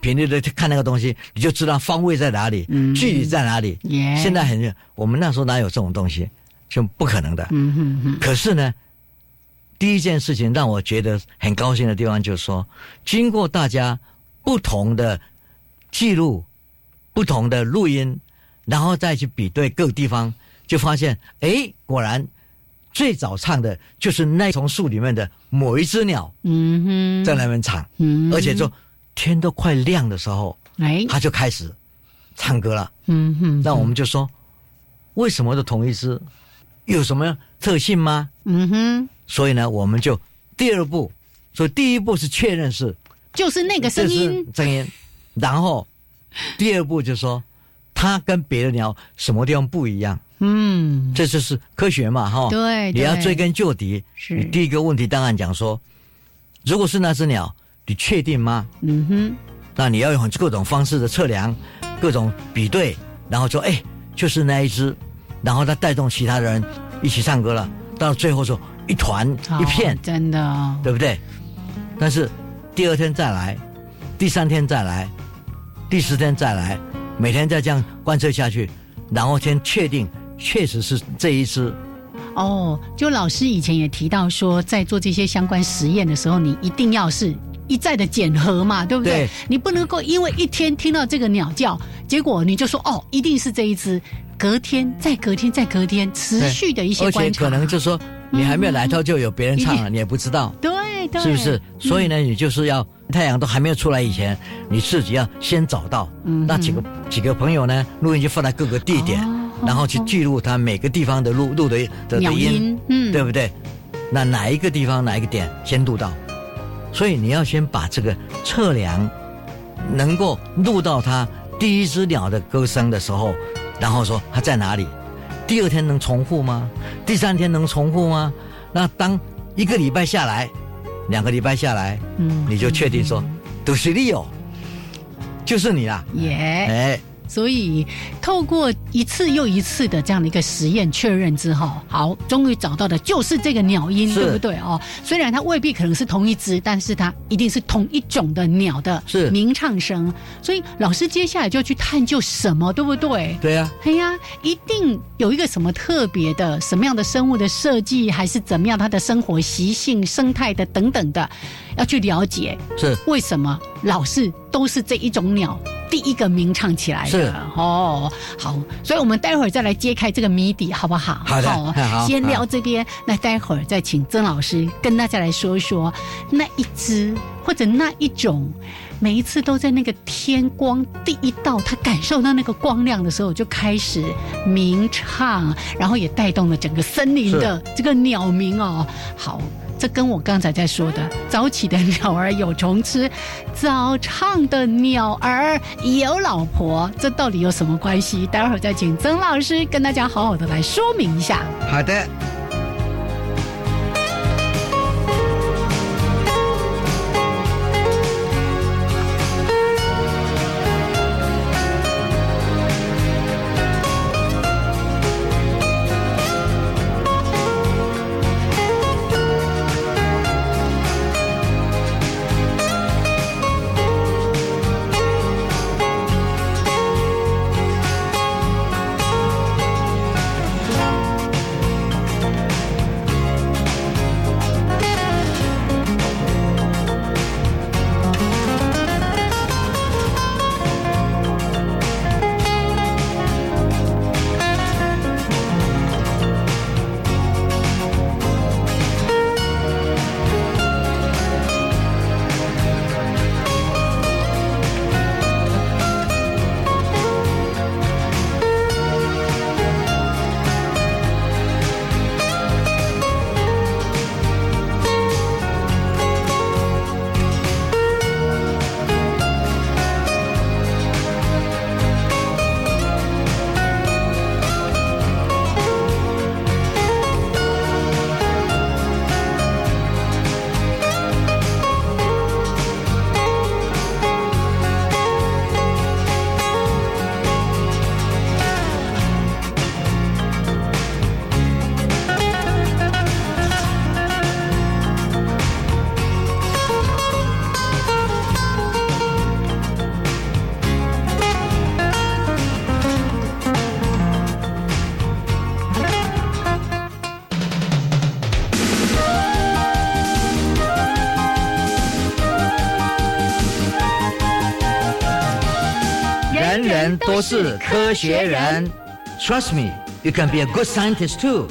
频率的去看那个东西，你就知道方位在哪里，嗯距离在哪里。耶现在很，我们那时候哪有这种东西，就不可能的。嗯哼哼，可是呢，第一件事情让我觉得很高兴的地方就是说，经过大家不同的记录、不同的录音，然后再去比对各地方，就发现，哎，果然最早唱的就是那丛树里面的某一只鸟嗯哼，在那边唱，嗯，而且说天都快亮的时候，哎，它就开始唱歌了。嗯哼，那我们就说，为什么都同一只？有什么特性吗？嗯哼，所以呢，我们就第二步，所以第一步是确认是就是那个声音这是声音，然后第二步就说它跟别的鸟什么地方不一样，嗯，这就是科学嘛，哈。对你要对追根究底。是你第一个问题当然讲说，如果是那只鸟，你确定吗？嗯哼，那你要用各种方式的测量，各种比对，然后说，哎，就是那一只，然后它带动其他人一起唱歌了，到最后说一团一片哦，真的哦，对不对？但是第二天再来，第三天再来，第十天再来，每天再这样观测下去，然后先确定确实是这一只。哦，就老师以前也提到说，在做这些相关实验的时候，你一定要是一再的检核嘛，对不对？对你不能够因为一天听到这个鸟叫，结果你就说哦，一定是这一只，隔天再隔天再隔天，持续的一些而且观察，可能就说你还没有来到就有别人唱了，你也不知道。对对，嗯是不是？所以呢，呢，你就是要太阳都还没有出来以前，你自己要先找到、嗯那几个几个朋友呢，录音机放在各个地点，哦然后去记录它每个地方的录录的的鸟的音嗯对不对？那哪一个地方哪一个点先录到？所以你要先把这个测量能够录到它第一只鸟的歌声的时候，然后说它在哪里，第二天能重复吗？第三天能重复吗？那当一个礼拜下来，两个礼拜下来，嗯你就确定说，都是你哦，就是你啦，耶、哎，所以，透过一次又一次的这样的一个实验确认之后，好，终于找到的就是这个鸟音，是对不对哦？虽然它未必可能是同一只，但是它一定是同一种的鸟的是鸣唱声。所以老师接下来就要去探究什么，对不对？对啊呀、哎呀，一定有一个什么特别的、什么样的生物的设计，还是怎么样它的生活习性、生态的等等的，要去了解。是为什么老是都是这一种鸟第一个鸣唱起来是的？哦，好，所以我们待会儿再来揭开这个谜底，好不好？好的好先好聊这边，那待会儿再请曾老师跟大家来说一说那一只或者那一种每一次都在那个天光第一道，他感受到那个光亮的时候，就开始鸣唱，然后也带动了整个森林的这个鸟鸣哦。好，这跟我刚才在说的“早起的鸟儿有虫吃，早唱的鸟儿有老婆”，这到底有什么关系？待会儿再请曾老师跟大家好好的来说明一下。好的。人人都是科学人。Trust me, you can be a good scientist too.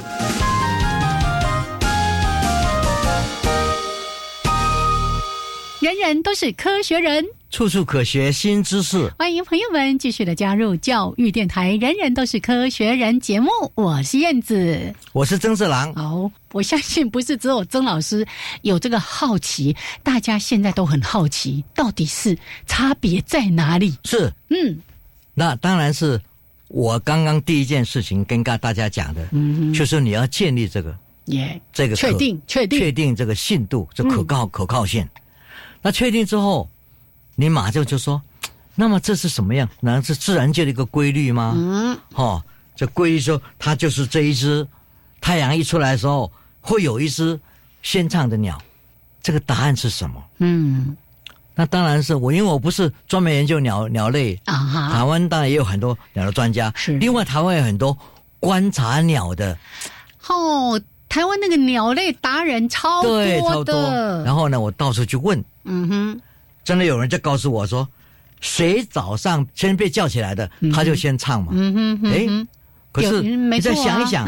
人人都是科学人。处处可学新知识。欢迎朋友们继续的加入教育电台《人人都是科学人》节目，我是燕子。我是曾志郎，好，我相信不是只有曾老师有这个好奇，大家现在都很好奇，到底是差别在哪里？是嗯那当然是我刚刚第一件事情跟大大家讲的，嗯哼，就是你要建立这个也这个可确定确定嗯确定这个信度，这可靠、可靠性。那确定之后，你马上就说，嘖那么这是什么样？难道是自然界的一个规律吗？嗯哦，这规律说它就是这一只，太阳一出来的时候会有一只先唱的鸟，这个答案是什么？嗯那当然是我，因为我不是专门研究鸟鸟类，啊台哈，湾当然也有很多鸟的专家，是另外台湾有很多观察鸟的，哦，台湾那个鸟类达人超对，多超多。的，然后呢，我到处去问，嗯哼，真的有人就告诉我说，谁早上先被叫起来的，他就先唱嘛。嗯哼嗯诶哼，可有是没你再错啊想一 想，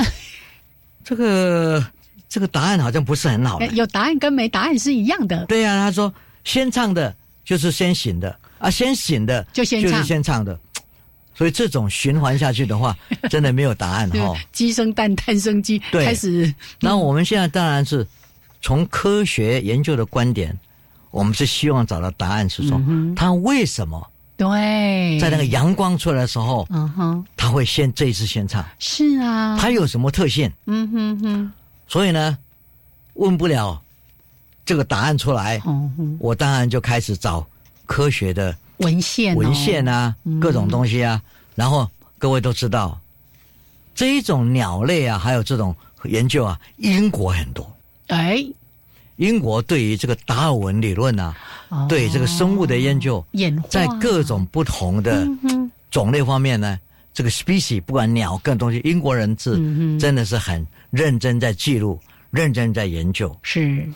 这个这个答案好像不是很好哎。有答案跟没答案是一样的，对呀、他说先唱的就是先醒的啊，先醒的就先就是唱先唱的。所以这种循环下去的 话，真的没有答案哈、就哦。是鸡生蛋，蛋生鸡，对开始那我们现在当然是从科学研究的观点，我们是希望找到答案，是说嗯它为什么对，在那个阳光出来的时候，嗯哼，它会先这一次先唱，是啊，它有什么特性？嗯哼哼，所以呢，问不了这个答案出来，哦哼，我当然就开始找科学的文献、哦、文献啊，各种东西啊。然后各位都知道，这一种鸟类啊，还有这种研究啊，英国很多。哎，英国对于这个达尔文理论啊，哦对这个生物的研究，演化在各种不同的嗯种类方面呢，这个 species 不管鸟各种东西，英国人是嗯哼真的是很认真在记录、认真在研究，是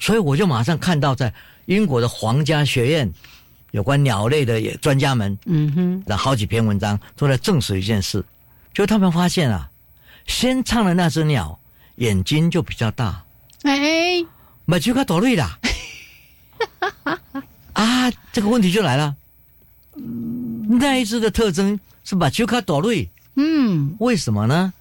所以我就马上看到在英国的皇家学院有关鸟类的也专家们嗯哼的好几篇文章都在证实一件事，就他们发现啊，先唱的那只鸟眼睛就比较大，哎 目睭较大蕊啦。啊，啊，这个问题就来了。那一只的特征是把球卡躲瑞，嗯为什么呢？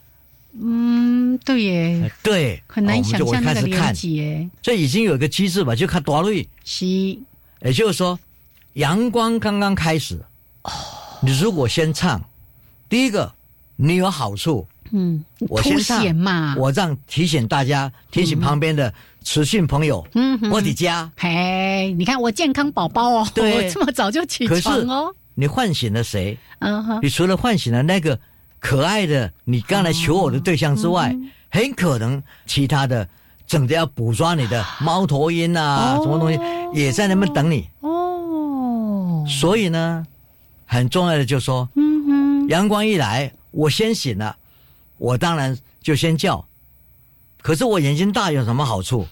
嗯，对耶，对，很难想哦我象们就那会开个始连看，接。这已经有一个机制把球卡躲瑞，西也就是说，阳光刚刚开始，哦你如果先唱，第一个你有好处，嗯，我凸先唱显嘛，我让提醒大家，提醒旁边的雌性朋友，嗯哼我的家，嘿，你看我健康宝宝哦，对我这么早就起可是床哦，你唤醒了谁？嗯哼，你除了唤醒了那个可爱的你刚才求偶的对象之哦外，很可能其他的整着要捕捉你的猫头鹰啊，哦什么东西也在那边等你。哦，所以呢，很重要的就是说，嗯哼，阳光一来，我先醒了，我当然就先叫。可是我眼睛大有什么好处？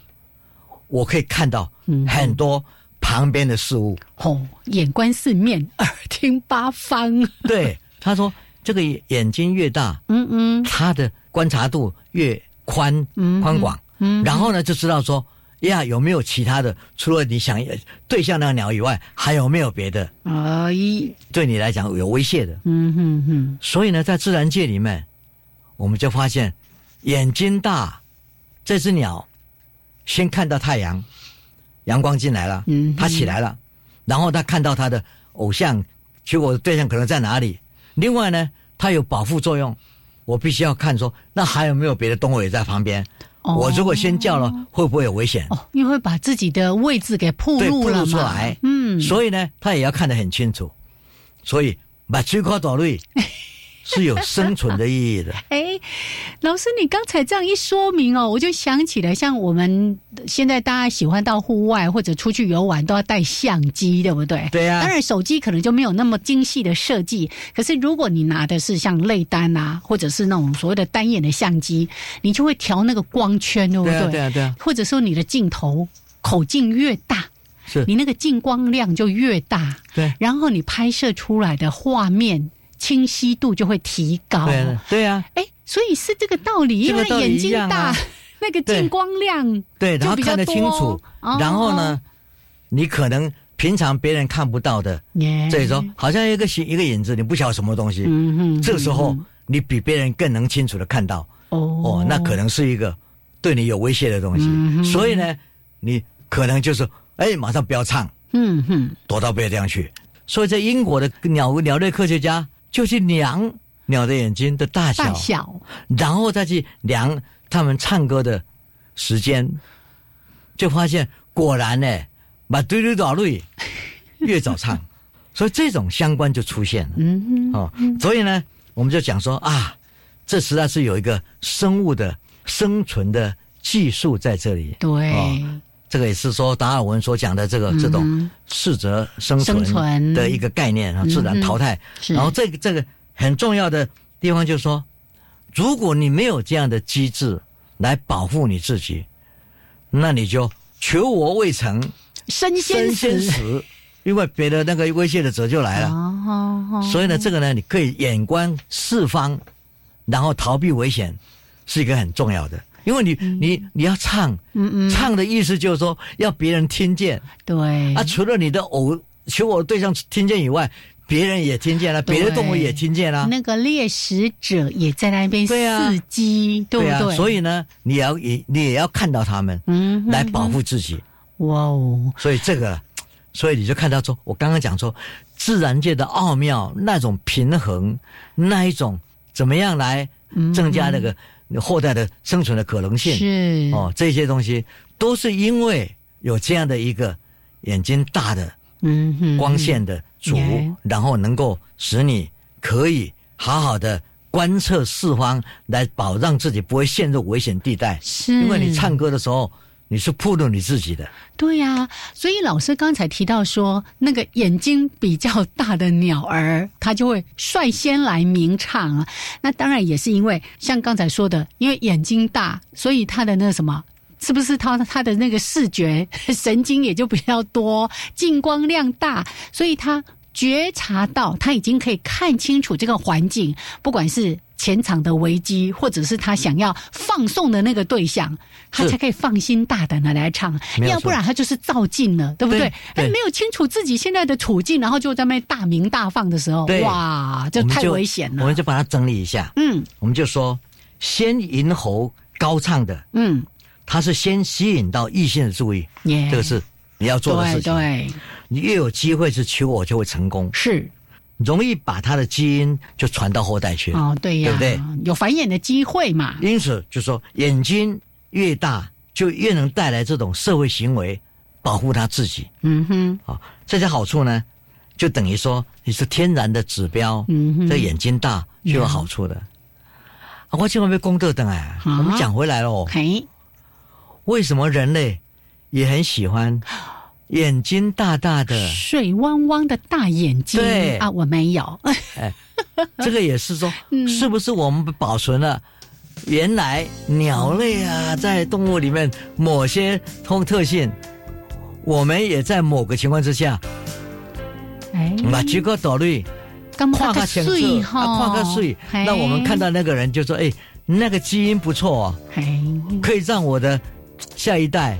我可以看到嗯很多旁边的事 物。哦，眼观四面，耳听八方，对，他说这个眼睛越大，嗯嗯他的观察度越宽嗯宽广，嗯，然后呢就知道说呀有没有其他的，除了你想对象那个鸟以外，还有没有别的而已，对你来讲有威胁的？嗯哼哼，所以呢，在自然界里面，我们就发现眼睛大这只鸟先看到太阳，阳光进来了，嗯它起来了，然后它看到它的偶像，结果对象可能在哪里。另外呢，它有保护作用，我必须要看说那还有没有别的动物也在旁边。哦我如果先叫了，会不会有危险？哦，因为会把自己的位置给暴对，露暴了露嘛，出来，嗯，所以呢，他也要看得很清楚，所以把吹夸短 瑞是有生存的意义的，哎，老师，你刚才这样一说明哦，我就想起来，像我们现在大家喜欢到户外或者出去游玩，都要带相机，对不对？对啊当然，手机可能就没有那么精细的设计，可是如果你拿的是像类单啊，或者是那种所谓的单眼的相机，你就会调那个光圈，对不对啊对？对啊对啊或者说你的镜头口径越大，是你那个进光量就越大，对然后你拍摄出来的画面清晰度就会提高。对啊对啊，哎，所以是这个道理，这因个为道理眼睛一样大， 啊那个对进光量，对，然后就比较看得清楚多，哦然后呢，你可能平常别人看不到的，耶这时候好像一个形一个影子，你不晓得什么东西，哎嗯哼，这时候嗯你比别人更能清楚的看到，哦哦，那可能是一个对你有威胁的东西，嗯哼所以呢，你可能就是哎，马上不要唱。嗯哼，躲到别的地方去。所以在英国的鸟鸟类科学家就去量鸟的眼睛的大小，大小然后再去量它们唱歌的时间，就发现果然呢，把嘟嘟短瑞越早唱，所以这种相关就出现了。嗯哦，所以呢，我们就讲说啊，这实在是有一个生物的生存的技术在这里。对，哦这个也是说达尔文所讲的这个这种适者生嗯生存嗯存的一个概念啊，自然淘汰。是然后这个这个很重要的地方就是说，如果你没有这样的机制来保护你自己，那你就求我未成，身先身先死死，因为别的那个威胁的者就来了。哦，所以呢，这个呢，你可以眼观四方，然后逃避危险，是一个很重要的。因为你嗯你你要唱，唱的意思就是说要别人听见对啊，除了你的偶求偶对象听见以外，别人也听见了，别的动物也听见了。那个猎食者也在那边啊对啊伺机，对不啊对？所以呢，你也要也你也要看到他们，嗯哼来保护自己。哇哦，所以这个，所以你就看到说，我刚刚讲说，自然界的奥妙那种平衡，那一种怎么样来增加那个后代的生存的可能性？嗯是哦，这些东西都是因为有这样的一个眼睛大的嗯哼，光线的主，嗯然后能够使你可以好好的观测四方，来保让自己不会陷入危险地带。是因为你唱歌的时候，你是暴露你自己的。对呀、所以老师刚才提到说，那个眼睛比较大的鸟儿，它就会率先来鸣唱啊。那当然也是因为像刚才说的，因为眼睛大，所以它的那什么。是不是它它的那个视觉神经也就比较多，进光量大，所以它觉察到它已经可以看清楚这个环境，不管是前场的危机，或者是他想要放送的那个对象，他是才可以放心大胆的来唱，没有要错不然他就是照进了，对不对对？哎，对没有清楚自己现在的处境，然后就在那边大鸣大放的时候，对哇，这我们太危险我了们。就把它整理一下，嗯我们就说，先迎喉高唱的，嗯，它是先吸引到异性的注意，耶这个是你要做的对事情。哎对你越有机会去求偶，就会成功，是容易把他的基因就传到后代去。哦，对呀，对不对有繁衍的机会嘛？因此，就说眼睛越大，就越能带来这种社会行为，保护他自己嗯哼，啊、这些好处呢，就等于说你是天然的指标。嗯哼嗯这眼睛大就有好处的。啊，我今晚被功德等哎，啊我们讲回来了哦，嘿，为什么人类也很喜 欢眼睛大大 的？水汪汪的大眼睛，对啊，我没有，这个也是说，嗯是不是我们保存了原来鸟类啊，在动物里面某些通特性，我们也在某个情况之下，哎，把几个道理刚跨个前置哈，哎啊，跨个水，嘿那我们看，到那个人就说，哎，那个基因不错哦，嘿，可以让我的下一代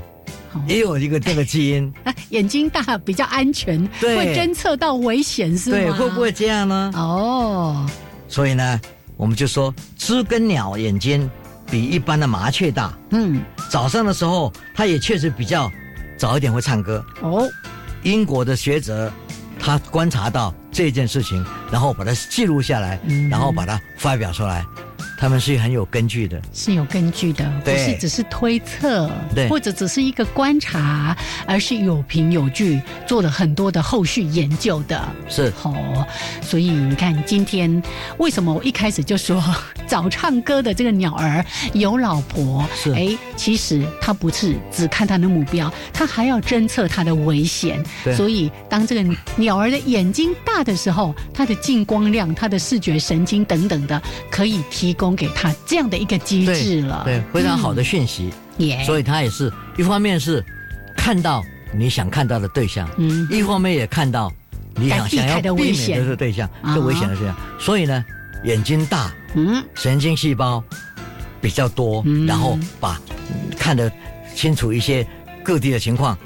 好也有一个这个基因，啊眼睛大比较安全，对会侦测到危险是吗？对，会不会？这样呢？哦，所以呢，我们就说知更鸟眼睛比一般的麻雀大，嗯，早上的时候它也确实比较早一点会唱歌。哦，英国的学者他观察到这件事情，然后把它记录下来，嗯然后把它发表出来，他们是很有根据的。是有根据的，不对是只是推测，对或者只是一个观察，而是有凭有据，做了很多的后续研究的。是哦，所以你看，今天为什么我一开始就说早唱歌的这个鸟儿有老婆？是哎，其实他不是只看他的目标，他还要侦测他的危险。对所以当这个鸟儿的眼睛大的时候，它的进光量、它的视觉神经等等的，可以提供给他这样的一个机制了。对，非常好的讯息。耶，所以他也是一方面是看到你想看到的对象，嗯一方面也看到你该想避开想要的避危免险的这个对象，啊这危险的对象。所以呢，眼睛大，嗯，神经细胞比较多，嗯然后把嗯看得清楚一些各地的情况，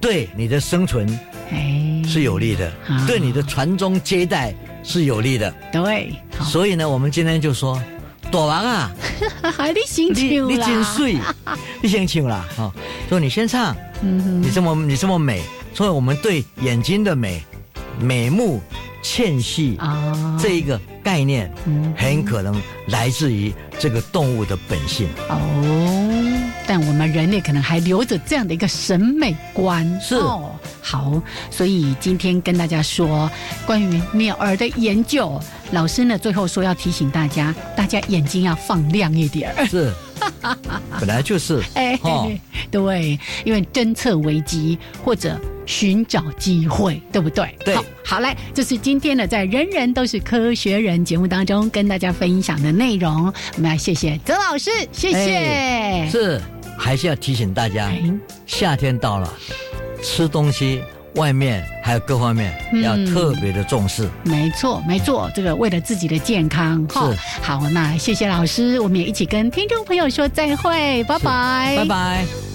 对你的生存哎，是有利的，啊对你的传宗接代是有利的。对，好，所以呢，我们今天就说，朵王啊， 你心你情你啦，真 水，你先唱啦，哈、说你先唱，嗯你哼，这么你这么美，所以我们对眼睛的美、美目、倩兮、啊，这一个概念嗯，很可能来自于这个动物的本性。哦，但我们人类可能还留着这样的一个审美观。是哦，好，所以今天跟大家说关于鸟儿的研究，老师呢最后说要提醒大家，大家眼睛要放亮一点 儿。 是，本来就是，嗯哎、哦，对，因为侦测危机或者寻找机会，对不对？对好，好嘞，这是今天的在《人人都是科学人》节目当中跟大家分享的内容。我们来谢谢泽老师，谢谢。哎是，还是要提醒大家哎，夏天到了，吃东西外面还有各方面嗯要特别的重视。没错，没错，这个为了自己的健康哈。好，那谢谢老师，我们也一起跟听众朋友说再会，拜拜，拜。拜。